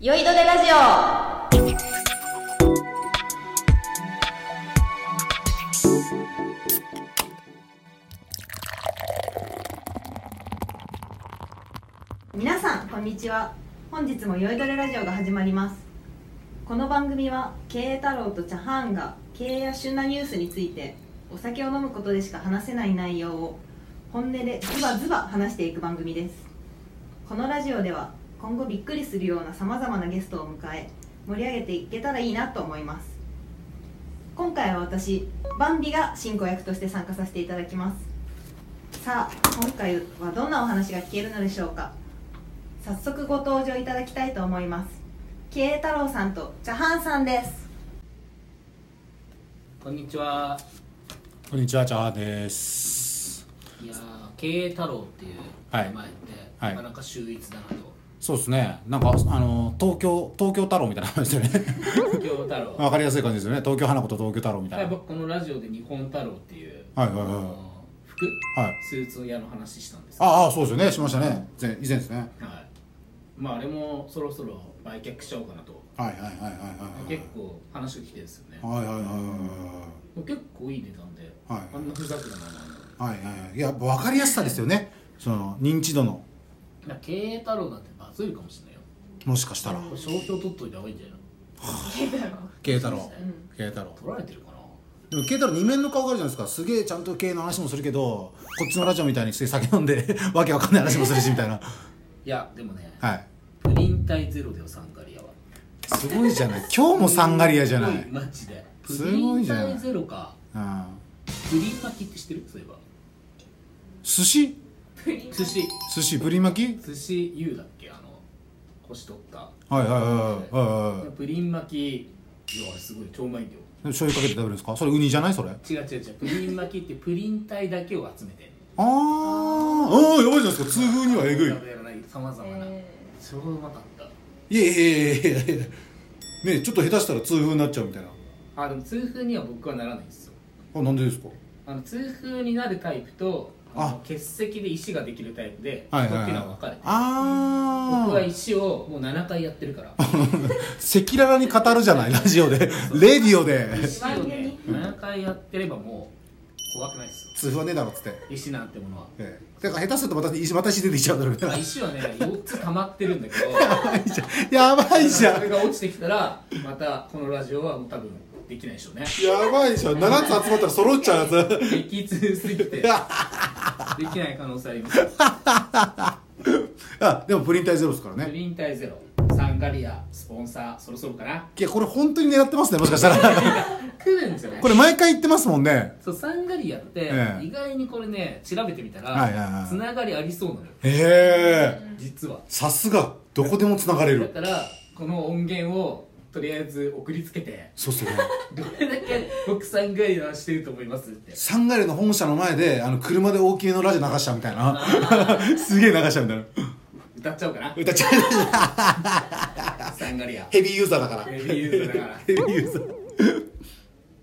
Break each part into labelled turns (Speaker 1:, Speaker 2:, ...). Speaker 1: よいどでラジオ皆さんこんにちは本日もよいどれラジオが始まりますこの番組は経営太郎と茶飯が経営や旬なニュースについてお酒を飲むことでしか話せない内容を本音でズバズバ話していく番組ですこのラジオでは今後びっくりするようなさまざまなゲストを迎え盛り上げていけたらいいなと思います今回は私バンビが進行役として参加させていただきますさあ今回はどんなお話が聞けるのでしょうか早速ご登場いただきたいと思います慶太郎さんと茶飯さんです
Speaker 2: こんにちは。
Speaker 3: こんにちは、チャーです。
Speaker 2: いやー、経営太郎っていう名前って、
Speaker 3: はい
Speaker 2: なかなか秀逸だなと。
Speaker 3: そうですね。なんか、あの、東京、東京太郎みたいな感じですよね。
Speaker 2: 東京太郎。
Speaker 3: わかりやすい感じですよね。東京花子と東京太郎みた
Speaker 2: はいい、
Speaker 3: な。
Speaker 2: 僕このラジオで日本太郎っていう、
Speaker 3: はいはいはい
Speaker 2: あの服、
Speaker 3: はい。
Speaker 2: スーツ屋の話したんですけど。
Speaker 3: ああ、そうですよね。しましたね。前以前ですね。
Speaker 2: はい。まああれもそろそろ売却しちゃおうかなと。
Speaker 3: はいはいはいはいはい
Speaker 2: 結構話が来てるんですよね。
Speaker 3: はい。はいはいはい
Speaker 2: もう結構いい値段で、
Speaker 3: はい
Speaker 2: あんなふざけた名前の。
Speaker 3: はいはい。はいはい。いや、わかりやすさですよね。その、認知度の。
Speaker 2: いや経営太郎なんてバズるかもしれないよ。
Speaker 3: もしかしたら。
Speaker 2: これ商標取っといた方がいいんじゃないの
Speaker 3: 慶太郎
Speaker 1: ん。
Speaker 3: 慶太郎。
Speaker 2: 取られてるかな。
Speaker 3: でも慶太郎二面の顔があるじゃないですか。すげえちゃんと経営の話もするけど、こっちのラジオみたいにすげえ酒飲んで、 わけわかんない話もするし、みたいな。
Speaker 2: いやでもね、
Speaker 3: はい。
Speaker 2: プリン体ゼロだよサンガリアは。
Speaker 3: すごいじゃない。今日もサンガリアじゃない。
Speaker 2: うんマジで。プ
Speaker 3: す
Speaker 2: リ
Speaker 3: ご
Speaker 2: ン
Speaker 3: いじゃない
Speaker 2: 体ゼロか。
Speaker 3: うん。
Speaker 2: プリン巻きって知ってるそういえば。
Speaker 3: 寿司
Speaker 2: 寿司。
Speaker 3: 寿司ぶり巻き
Speaker 2: 寿司 U だっけあの、腰取った。
Speaker 3: はいはいはいはいはいはい
Speaker 2: プリン巻き、いやあれすごい、超うまいんだよ。
Speaker 3: 醤油かけて食べるんですかそれウニじゃないそれあ
Speaker 2: 違う違う違う、プリン巻きってプリン体だけを集めて。
Speaker 3: あああやばいじゃないですか痛風にはえぐい
Speaker 2: 食べられない、さまざまな。超うまかった。
Speaker 3: いやいやいやいやいやねえちょっと下手したら痛風になっちゃうみたいな
Speaker 2: あ、でも痛風には僕はならないんですよ。
Speaker 3: あなんでですか
Speaker 2: あの痛風になるタイプと、あの
Speaker 3: あ
Speaker 2: 結石で石ができるタイプで、
Speaker 3: はいはい
Speaker 2: こっ
Speaker 3: はい
Speaker 2: ちのは分かれてる。僕は
Speaker 3: ああ
Speaker 2: 石をもう7回やってるから。
Speaker 3: 赤裸々に語るじゃ ないラジオでレディオで
Speaker 2: 石をね、7回やってればもう怖くないですよ
Speaker 3: 痛風はねえだろっつって、
Speaker 2: 石なんてもの は
Speaker 3: ええ、だから下手するとまた石また石出てきちゃうだろうみたい
Speaker 2: あ
Speaker 3: な
Speaker 2: 石はね4つ溜まってるんだけど
Speaker 3: やばいじゃ
Speaker 2: そ
Speaker 3: ん
Speaker 2: れが落ちてきたらまたこのラジオはもう多分できないでしょうね
Speaker 3: やばいじゃん7つ集まったら揃っちゃうやつ
Speaker 2: 激痛すぎ てできない可能性あります
Speaker 3: あでもプリン体ゼロですから
Speaker 2: プ
Speaker 3: ね
Speaker 2: リン体ゼロサンガリアスポンサーそろそろかない
Speaker 3: やこれ本当に狙ってますねもしかしたら
Speaker 2: 来るんですよね
Speaker 3: これ毎回言ってますもんね
Speaker 2: そうサンガリアって
Speaker 3: ええ
Speaker 2: 意外にこれね調べてみた
Speaker 3: はいはいは
Speaker 2: ら
Speaker 3: い
Speaker 2: つながりありそうなのよ
Speaker 3: へえ
Speaker 2: 実は
Speaker 3: さすがどこでもつながれ
Speaker 2: だ
Speaker 3: る
Speaker 2: からこの音源をとりあえず送りつけて
Speaker 3: そうっすね
Speaker 2: どれだけ国産ガイダーしてると思いますって
Speaker 3: サンガリアの本社の前であの車で大きめのラジオ流しちゃうみたいな すげえ流しちゃうみたいな
Speaker 2: 歌っちゃおうかな
Speaker 3: 歌っちゃう
Speaker 2: サンガリア
Speaker 3: ヘビーユーザーだから
Speaker 2: ヘビーユーザーだから
Speaker 3: ヘビーユーザー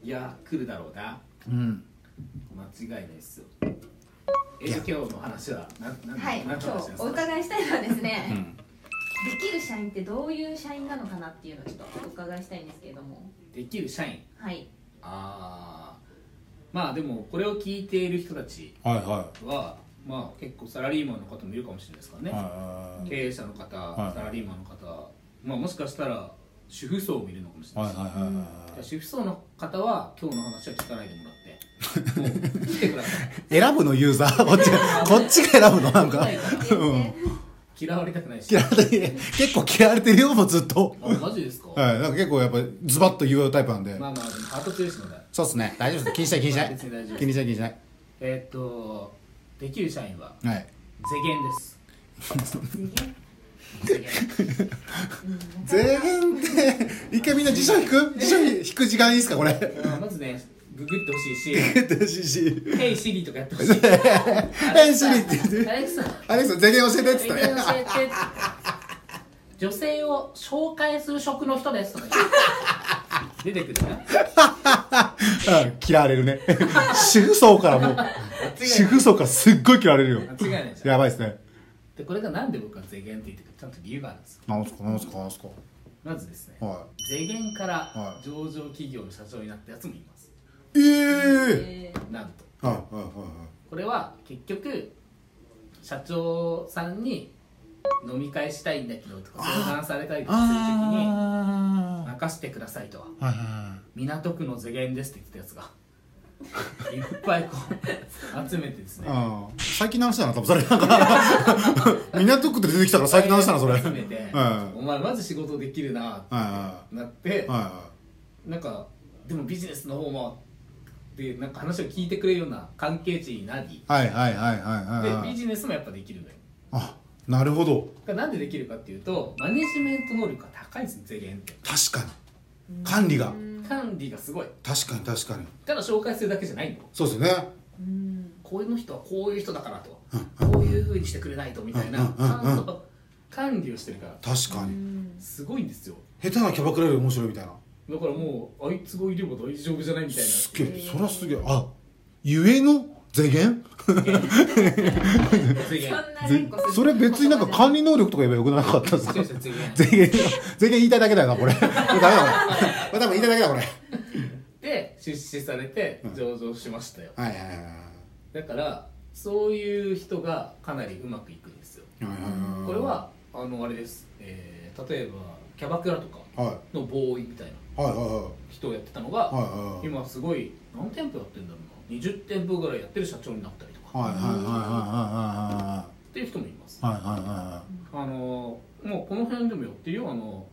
Speaker 2: いやー来るだろうな
Speaker 3: うん
Speaker 2: 間違いないっすよえ今日の話はなんなん
Speaker 1: はい
Speaker 2: な
Speaker 1: 今
Speaker 2: ん
Speaker 1: 日
Speaker 2: の話です
Speaker 1: お
Speaker 2: か
Speaker 1: 伺いしたいのはですね、
Speaker 3: うん
Speaker 1: できる社員ってどういう社員なのかなっていうのをちょっとお伺いしたいんですけれども
Speaker 2: できる社員
Speaker 1: はい
Speaker 2: ああまあでもこれを聞いている人たち
Speaker 3: はいは
Speaker 2: はまあ結構サラリーマンの方もいるかもしれないですからね、
Speaker 3: いはい
Speaker 2: 経営者の方、
Speaker 3: はい
Speaker 2: サラリーマンの方まあもしかしたら主婦層もいるのかもしれ
Speaker 3: はい
Speaker 2: な
Speaker 3: はいい
Speaker 2: し
Speaker 3: はい
Speaker 2: じゃあ主婦層の方は今日の話は聞かないでもら ってもう来てください
Speaker 3: 選ぶのユーザーこっちこっちが選ぶのなんか
Speaker 2: 来ないから
Speaker 3: うん
Speaker 2: 嫌われたくないし
Speaker 3: 嫌われて結構嫌われてるよもうずっと
Speaker 2: あマジですか、
Speaker 3: はい、なんか結構やっぱズバッと言うタイプなんで、
Speaker 2: まあまあでもハート強いしので
Speaker 3: そうっすね大丈夫です気にしない気にし ない
Speaker 2: 別に大丈夫
Speaker 3: 気にしない気にしない
Speaker 2: えーっとできる社員は
Speaker 3: はい
Speaker 2: 世間 です
Speaker 1: 次
Speaker 2: 世間
Speaker 3: 全員って一回みんな辞書引く辞書引く時間いいっすかこれ
Speaker 2: あーまずねググってほしいし
Speaker 3: 私し
Speaker 2: 「ヘイシリ」とかやってほしい
Speaker 3: えシリって言って
Speaker 2: アレクサ
Speaker 3: アレクサ全員教えてっつ
Speaker 2: 世
Speaker 3: った
Speaker 2: 間
Speaker 3: ね
Speaker 2: 教えてって女性を紹介する職の人ですとか 言う出てくるな
Speaker 3: うん嫌われるね 主婦層からもう主婦層からすっごい嫌われるよ
Speaker 2: 間違いないじゃん
Speaker 3: やばいっすね
Speaker 2: でこれがなんで僕が税源って言ってるかちゃんと理由があるんですよ
Speaker 3: なんすかなんすかなんすか
Speaker 2: まずですね
Speaker 3: は
Speaker 2: 税源から
Speaker 3: はい
Speaker 2: 上場企業の社長になったやつもいます
Speaker 3: いええ
Speaker 1: え
Speaker 2: なんと
Speaker 3: はいはいはい
Speaker 2: これは結局社長さんに飲み会したいんだけどとか相談されたりとかするときに
Speaker 3: あ
Speaker 2: 任してくださいとは
Speaker 3: あはいは
Speaker 2: 港区の世言ですって言って たやつがいっぱいこう集めてです
Speaker 3: い
Speaker 2: ね
Speaker 3: ああ最近の話だな多分それなんか 港区で出てきたから最近の話だなそれはい
Speaker 2: っぱい
Speaker 3: は
Speaker 2: 集
Speaker 3: い
Speaker 2: めて
Speaker 3: は
Speaker 2: お前マジ仕事できるなって
Speaker 3: は
Speaker 2: なって
Speaker 3: いは
Speaker 2: なんかでもビジネスの方もでなんか話を聞いてくれるような関係値になり
Speaker 3: いはいはいはいはいは
Speaker 2: でビ
Speaker 3: い
Speaker 2: ジネスもやっぱできるのよ
Speaker 3: あなるほど
Speaker 2: だからなんでできるかっていうとマネジメント能力が高いんですゼゲンって
Speaker 3: 確かに管理が
Speaker 2: 管理がすごい
Speaker 3: 確かに確かに
Speaker 2: ただ紹介するだけじゃないの
Speaker 3: そうですね
Speaker 1: うん
Speaker 2: こういうの人はこういう人だからと
Speaker 3: うん
Speaker 2: こういうふうにしてくれないとみたいな
Speaker 3: うん
Speaker 2: ち
Speaker 3: うんうん
Speaker 2: ゃんと管理をしてるから
Speaker 3: 確か
Speaker 1: う
Speaker 3: に
Speaker 1: ん
Speaker 2: すごいんですよ
Speaker 3: 下手なキャバクラより面白いみたいな
Speaker 2: だからもうあいつがいれば大丈夫じゃないみたいな
Speaker 3: すっげえそりゃすげえあゆえの税源
Speaker 2: ゼゲン
Speaker 1: な
Speaker 3: ぜ
Speaker 1: 連呼する
Speaker 3: それ別になんか管理能力とか言えばよくなかったん ですか
Speaker 2: そうですゼゲン
Speaker 3: 税源税源言いたいだけだよなこれこれダメだこれこれ多分言いたいだけだこれ
Speaker 2: で出資されて上場しましたよ
Speaker 3: はいはいはいはい
Speaker 2: だからそういう人がかなりうまくいくんですよ
Speaker 3: はいはいい
Speaker 2: これはあのあれです、えー例えばキャバクラとか
Speaker 3: はい
Speaker 2: のボーイみたいな
Speaker 3: はいはいはい
Speaker 2: 人をやってたのが、
Speaker 3: はいはい
Speaker 2: 今すごい何店舗やってんだろうな20店舗ぐらいやってる社長になったりとか、
Speaker 3: はいはいはいはい
Speaker 2: っていう人もいます、
Speaker 3: はいはいはいはいはいは
Speaker 2: あのーもうこの辺でもやってるよあの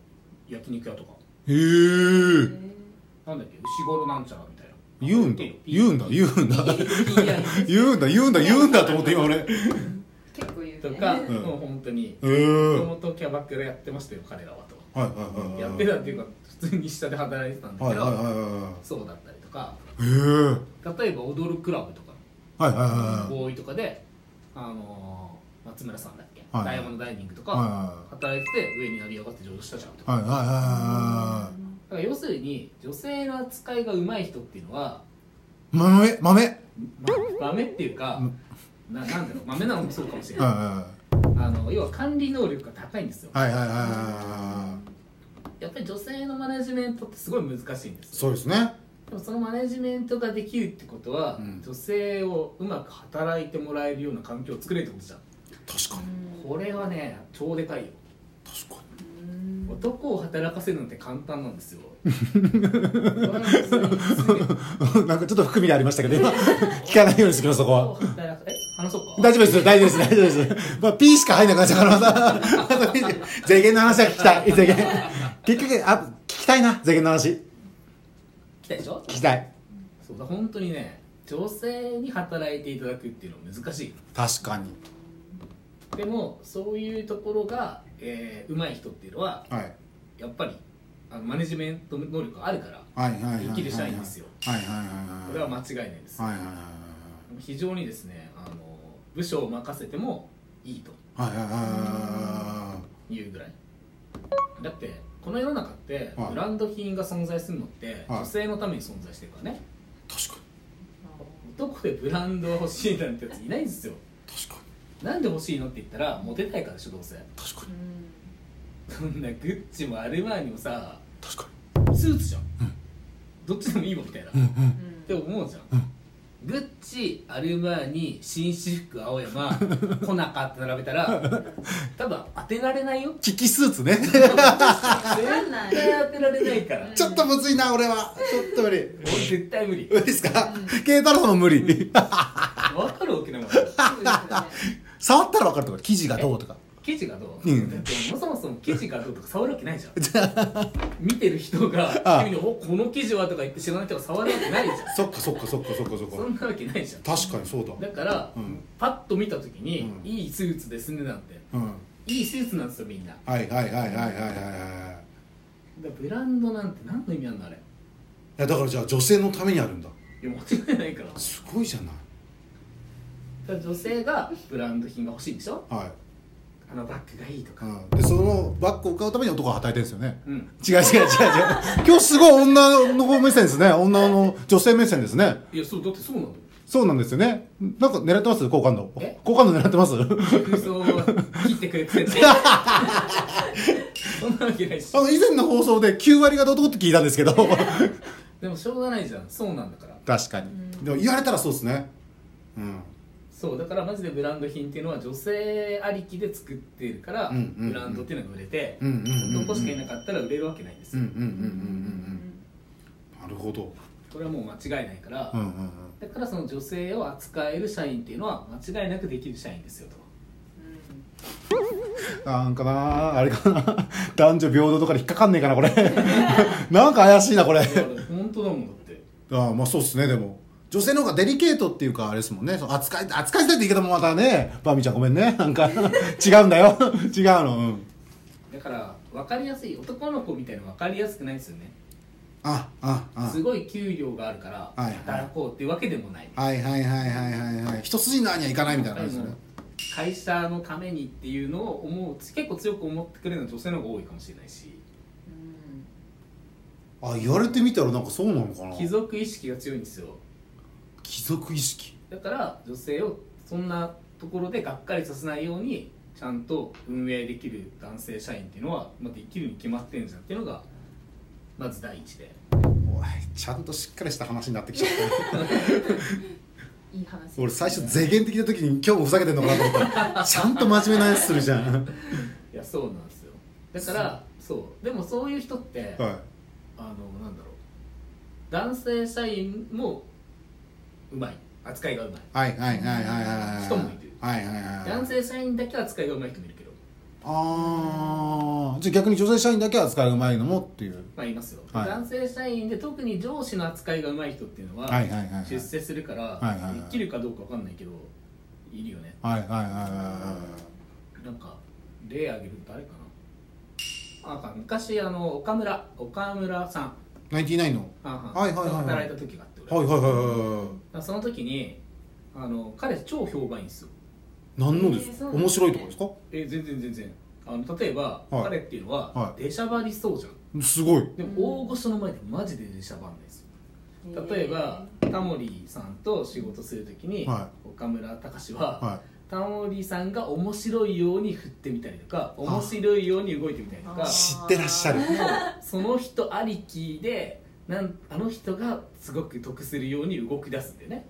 Speaker 2: 焼肉屋とか
Speaker 3: いへえ
Speaker 2: なんだっけ牛頃なんちゃらみたいな
Speaker 3: 言うんだ言うんだ言うんだ
Speaker 2: だ
Speaker 3: 言うんだ言うんだ言うんだと思って今俺へ
Speaker 1: 結構言うね
Speaker 2: とか、
Speaker 3: ん
Speaker 2: もう本当に
Speaker 3: え
Speaker 2: もと
Speaker 3: ー
Speaker 2: もとキャバクラやってましたよ彼らはと、
Speaker 3: はいはいはいはい
Speaker 2: やってたっていうか普通に下で働いてたんだ
Speaker 3: はい
Speaker 2: け
Speaker 3: はい
Speaker 2: ど、
Speaker 3: はいはい
Speaker 2: そうだったりとか
Speaker 3: へえ
Speaker 2: 例えば踊るクラブとか
Speaker 3: はいはいはいはい
Speaker 2: ボーイとかで、あのー松村さんだっけ、
Speaker 3: はい
Speaker 2: ダイヤモンドダイニングとか、
Speaker 3: は
Speaker 2: 働いてて上に成り上がって上場したじゃんとか
Speaker 3: はいはいはいは
Speaker 2: だから要するに女性の扱いが上手い人っていうのは、
Speaker 3: い豆豆
Speaker 2: まあ、豆っていうか、ななんだろう豆なのもそうかもしれない、
Speaker 3: は
Speaker 2: あの要は管理能力が高いんですよ
Speaker 3: いはいはいはいは
Speaker 2: やっぱり女性のマネジメントってすごい難しいんで
Speaker 3: い
Speaker 2: すよ
Speaker 3: そうですね
Speaker 2: でもそのマネジメントができるってことは、
Speaker 3: うん
Speaker 2: 女性をうまく働いてもらえるような環境を作れるってことじゃん
Speaker 3: 確かに
Speaker 2: これはね超でかいよ
Speaker 3: 確かに
Speaker 2: 男を働かせるのって簡単なんですよそれは普通に普通に
Speaker 3: なんかちょっと含みがありましたけど、今、聞かないようにしてきます、そ
Speaker 2: 男
Speaker 3: こ
Speaker 2: を
Speaker 3: は。
Speaker 2: 働かえ話そうか
Speaker 3: 大丈夫です、大丈夫です、大丈夫です。まあ、P しか入んなくなっちゃうから、また、税源の話は聞きたい、税源。結局、あ、聞きたいな、税源の話。
Speaker 2: 来たでしょ
Speaker 3: 聞きたい。
Speaker 2: そうだ本当にね女性に働いていただくっていうのは難しい
Speaker 3: 確かに。
Speaker 2: でもそういうところが、えー、上手い人っていうのは
Speaker 3: はい。
Speaker 2: やっぱりあのマネジメント能力があるから
Speaker 3: はいはいはいはい。
Speaker 2: 生きる社員ですよ。
Speaker 3: はいはいはい
Speaker 2: これ
Speaker 3: は。
Speaker 2: はい間違いないです、
Speaker 3: はいはい
Speaker 2: 非常にですねあの部署を任せてもいいと
Speaker 3: はいはい。はいはいは
Speaker 2: いうぐらいだってこの世の中って
Speaker 3: はい
Speaker 2: ブランド品が存在するのって
Speaker 3: はい
Speaker 2: 女性のために存在してるからね
Speaker 3: い。確かに。
Speaker 2: 男でブランドが欲しいなんてやついないんですよ
Speaker 3: 確かに。
Speaker 2: なんで欲しいのって言ったらモテたいからでしょどうせ
Speaker 3: 確かに。
Speaker 2: そんなグッチもアルマーニもさ
Speaker 3: 確か
Speaker 2: スーツじゃん、どっちでもいいわみたいな、
Speaker 3: に。う
Speaker 2: っ
Speaker 3: んうん。
Speaker 2: て思うじゃん、
Speaker 3: うん
Speaker 2: グッチアルマーニ紳士服青 山コナカって並べたら多分当てられないよ
Speaker 3: キキスーツね。
Speaker 2: 絶
Speaker 1: かんない
Speaker 2: 対当てられないから
Speaker 3: ちょっとむずいな、俺は。ちょっと無理。
Speaker 2: 俺絶対無理
Speaker 3: 無理ですか 慶太郎さんも無理。
Speaker 2: わかるわけないもん
Speaker 3: 触ったら分かるとか生地がどうとか
Speaker 2: 生地がどう、
Speaker 3: うん
Speaker 2: だってもうそもそも生地がどうとか触るわけないじゃん見てる人が
Speaker 3: あ
Speaker 2: 急に「おこの生地は」とか言って知らない人が触るわけないじゃん
Speaker 3: そっかそっかそっかそっかそっ
Speaker 2: そんなわけないじゃん
Speaker 3: 確かにそうだ
Speaker 2: だから、
Speaker 3: うん
Speaker 2: パッと見た時に、
Speaker 3: うん
Speaker 2: いいスーツですねなんて
Speaker 3: うん
Speaker 2: いいスーツなんですよみんなだか
Speaker 3: はいはいはいはいはいはいはい
Speaker 2: らブランドなんて何の意味あるのあれい
Speaker 3: いやだからじゃあ女性のためにあるんだ
Speaker 2: や間違いないからだか
Speaker 3: すごいじゃない
Speaker 2: ら女性がブランド品が欲しいんでしょ
Speaker 3: はい、
Speaker 2: あのバッグがいいとか
Speaker 3: うん、でそのバッグを買うために男は働いてるんですよね
Speaker 2: うん
Speaker 3: 違う違う違う違う今日すごい女の子目線ですね女の女性目線ですね
Speaker 2: いやそうだってそうなの
Speaker 3: そうなんですよねなんか狙ってます好感度
Speaker 2: え
Speaker 3: 好感度狙ってます
Speaker 2: 服装はてくれてるんでそんなわけ ないし
Speaker 3: あの以前の放送で9割がどうとって聞いたんですけど
Speaker 2: でもしょうがないじゃんそうなんだから
Speaker 3: 確かに、
Speaker 1: うん
Speaker 3: でも言われたらそうですねうん
Speaker 2: そうだからマジでブランド品っていうのは女性ありきで作ってるから、
Speaker 3: うんうんうん
Speaker 2: ブランドっていうのが売れて、
Speaker 3: うんうんうんうん
Speaker 2: 男しかいなかったら売れるわけないんです
Speaker 3: うん
Speaker 2: よ、
Speaker 3: うんうんうんうんなるほど
Speaker 2: これはもう間違いないから、
Speaker 3: うんうんうん
Speaker 2: だからその女性を扱える社員っていうのは間違いなくできる社員です よと
Speaker 3: なんかなあれかな 男女平等とかで引っかかんねえかなこれ なんか怪しいなこれ
Speaker 2: いや本当だもんだって
Speaker 3: ああまあそうっすねでも女性の方がデリケートっていうかあれですもんねその扱い扱いしたいって言い方もまたねバーミーちゃんごめんねなんか 違うんだよ 違うのうん
Speaker 2: だから分かりやすい男の子みたいなの分かりやすくないですよね
Speaker 3: あああ
Speaker 2: すごい給料があるから
Speaker 3: はいはい
Speaker 2: 働こうっていうわけでもない、
Speaker 3: はいはいはいはいはいはい一筋縄にはいかないみたいな感じですね
Speaker 2: 会社のためにっていうのを思う結構強く思ってくれるのは女性の方が多いかもしれないし
Speaker 3: あ言われてみたらなんかそうなのかな
Speaker 2: 貴族意識が強いんですよ
Speaker 3: 貴族意識
Speaker 2: だから女性をそんなところでがっかりさせないようにちゃんと運営できる男性社員っていうのは、まあ、できるに決まってんじゃんっていうのがまず第一で
Speaker 3: おいちゃんとしっかりした話になってきちゃった
Speaker 1: いい話
Speaker 3: 俺最初世間的な時に今日もふざけてんのかなと思ったらちゃんと真面目なやつするじゃん
Speaker 2: いやそうなんですよだからそうでもそういう人って、
Speaker 3: は
Speaker 2: あのなんだろう男性社員もうまい扱いがうまい
Speaker 3: いはいはいはいはいはい
Speaker 2: 人もいる
Speaker 3: はいはいはいはい
Speaker 2: 男性社員だけは扱いがうまい人もいるけど
Speaker 3: ああじゃあ逆に女性社員だけ扱いがうまいのもっていう
Speaker 2: まあいますよ、
Speaker 3: はい
Speaker 2: 男性社員で特に上司の扱いがうまい人っていうのは、
Speaker 3: はいはいはいはい
Speaker 2: 出世するから、
Speaker 3: いはいは
Speaker 2: で
Speaker 3: い
Speaker 2: きるかどうかわかんないけどいるよね
Speaker 3: はいはいはいはい
Speaker 2: なんか例挙げると誰かななんか昔あの岡村岡村さん
Speaker 3: ナインティナインのは
Speaker 2: はい
Speaker 3: はいはいはい
Speaker 2: 働いた時があって俺
Speaker 3: はいはいはいはいはい
Speaker 2: だからその時にあの彼超評判いいんですよ
Speaker 3: 何のです
Speaker 1: えーそうなんですね
Speaker 3: 面白いとこですか
Speaker 2: え全然全然あの例えば、
Speaker 3: はい
Speaker 2: 彼っていうのは、
Speaker 3: はい
Speaker 2: 出しゃばりそうじゃん
Speaker 3: すごい
Speaker 2: でも大御所の前でマジで出しゃばんないですよ例えば、タモリさんと仕事するときに、
Speaker 3: は
Speaker 2: 岡村隆史は、
Speaker 3: は
Speaker 2: タモリさんが面白いように振ってみたりとか面白いように動いてみたりとか
Speaker 1: あ
Speaker 3: い知ってらっしゃる
Speaker 2: その人ありきでなんあの人がすごく得するように動き出すんだよね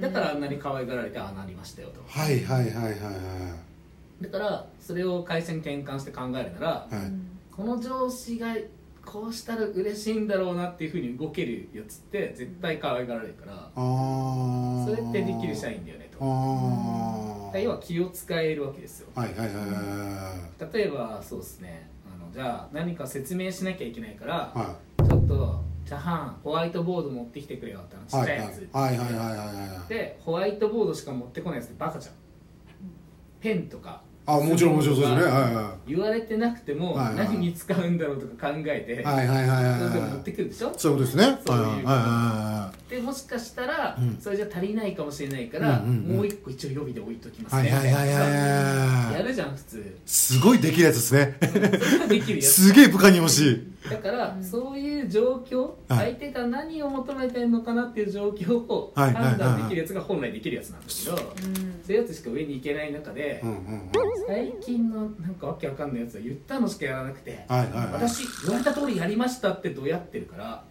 Speaker 2: だからあんなに可愛がられてああなりましたよと
Speaker 3: はいはいはいはいはい
Speaker 2: だからそれを会社に転換して考えるなら
Speaker 3: はい
Speaker 2: この上司がこうしたら嬉しいんだろうなっていうふうに動けるやつって絶対可愛がられるから
Speaker 3: ああ
Speaker 2: それってできる社
Speaker 3: 員
Speaker 2: 員だよねと
Speaker 3: ああ
Speaker 2: だから要は気を使えるわけですよ
Speaker 3: はいはいはいはいは
Speaker 2: 例えばそうですねあのじゃあ何か説明しなきゃいけないから、
Speaker 3: いは
Speaker 2: ちょっとチャハンホワイトボード持ってきてくれよってあのちっち
Speaker 3: い
Speaker 2: ゃ
Speaker 3: はい
Speaker 2: や
Speaker 3: い
Speaker 2: つ、
Speaker 3: はいはいはいはいはいはい
Speaker 2: でホワイトボードしか持ってこないやつってバカじゃんペンとか
Speaker 3: あもちろんもちろんそうですねはい
Speaker 2: 言われてなくても
Speaker 3: はいはい
Speaker 2: 何に使うんだろうとか考えて、
Speaker 3: はいはいはいはいはい
Speaker 2: それで
Speaker 3: はい
Speaker 2: も持
Speaker 3: は
Speaker 2: って
Speaker 3: い
Speaker 2: くるでしょ
Speaker 3: そういうことですねはい
Speaker 2: そう
Speaker 3: はいいうはいはい
Speaker 2: でもしかしたら、
Speaker 3: うん
Speaker 2: それじゃ足りないかもしれないから、
Speaker 3: うんうんうん
Speaker 2: もう一個一応予備で置いときます
Speaker 3: はい
Speaker 2: ね
Speaker 3: はいはいはいはい
Speaker 2: やるじゃん普通
Speaker 3: すごいできるやつですね。
Speaker 2: それできるやつ
Speaker 3: すげえ部下に欲しい。
Speaker 2: だから、
Speaker 1: うん
Speaker 2: そういう状況、
Speaker 3: はい
Speaker 2: 相手が何を求めてるのかなっていう状況を
Speaker 3: はいはいはいはい
Speaker 2: 判断できるやつが本来できるやつなんですけど、そういうやつしか上に行けない中で、
Speaker 3: んうん。
Speaker 2: 最近のなんかわけわかんないやつは言ったのしかやらなくて、
Speaker 3: はいはいはい。
Speaker 2: 私言われた通りやりましたってどうやってるから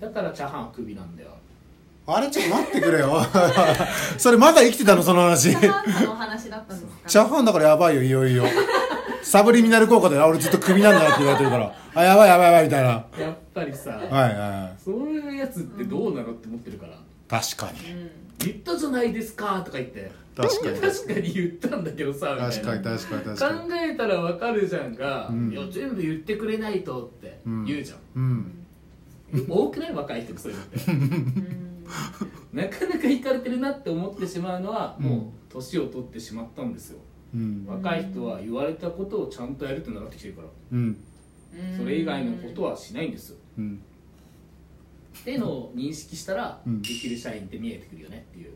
Speaker 2: だからチャーハンはクビなんだよ
Speaker 3: あれちょっと待ってくれよ。 それまだ生きてたのその話。
Speaker 1: チャハンさんのお話だったんですか
Speaker 3: チャーハンだからやばいよ、いよいよ。サブリミナル効果で、あ俺ずっとクビなんだって言われてるから。あ、やばいやばいやばいみたいな。は
Speaker 2: やっぱりさ、
Speaker 3: いはいはい。
Speaker 2: そういうやつってどうなのって思ってるから
Speaker 3: 確かに。
Speaker 1: うん
Speaker 2: 言ったじゃないですかとか言って
Speaker 3: 確かに
Speaker 2: 確かに言ったんだけどさみたいな
Speaker 3: 確かに確かに確
Speaker 2: 考
Speaker 3: かに。
Speaker 2: えたらわかるじゃんが、
Speaker 3: うん
Speaker 2: いや全部言ってくれないとって
Speaker 3: ん
Speaker 2: 言うじゃん、
Speaker 3: うん。
Speaker 2: 多くない若い人そういうのって
Speaker 1: うん
Speaker 2: なかなかいかれてるなって思ってしまうのは、
Speaker 3: うん
Speaker 2: もう年を取ってしまったんですよ
Speaker 3: うん。
Speaker 2: 若い人は言われたことをちゃんとやるって習ってきてるから、
Speaker 3: うん。
Speaker 1: うん
Speaker 2: それ以外のことはしないんですよ
Speaker 3: うん。
Speaker 2: っていうのを認識したら、
Speaker 3: うん
Speaker 2: できる社員って見えてくるよねっていう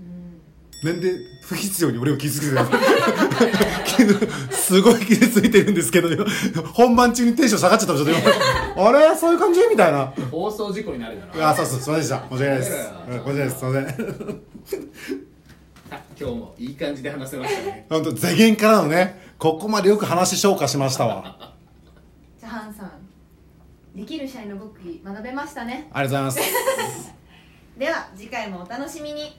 Speaker 1: うん
Speaker 3: なんで不必要に俺を傷つけてるんですかすごい傷ついてるんですけど今本番中にテンション下がっちゃったもんちょっと今あれそういう感じみたいな
Speaker 2: 放送事故になるから
Speaker 3: あそうそうすいませんでした申し訳ないです
Speaker 2: いやいや
Speaker 3: うん申し訳ないですすいません
Speaker 2: さ今日もいい感じで話せましたね
Speaker 3: 本当世間からのねここまでよく話消化しましたわ
Speaker 1: じゃあハンさんできる社員の極意学べましたね
Speaker 3: ありがとうございます
Speaker 1: では次回もお楽しみに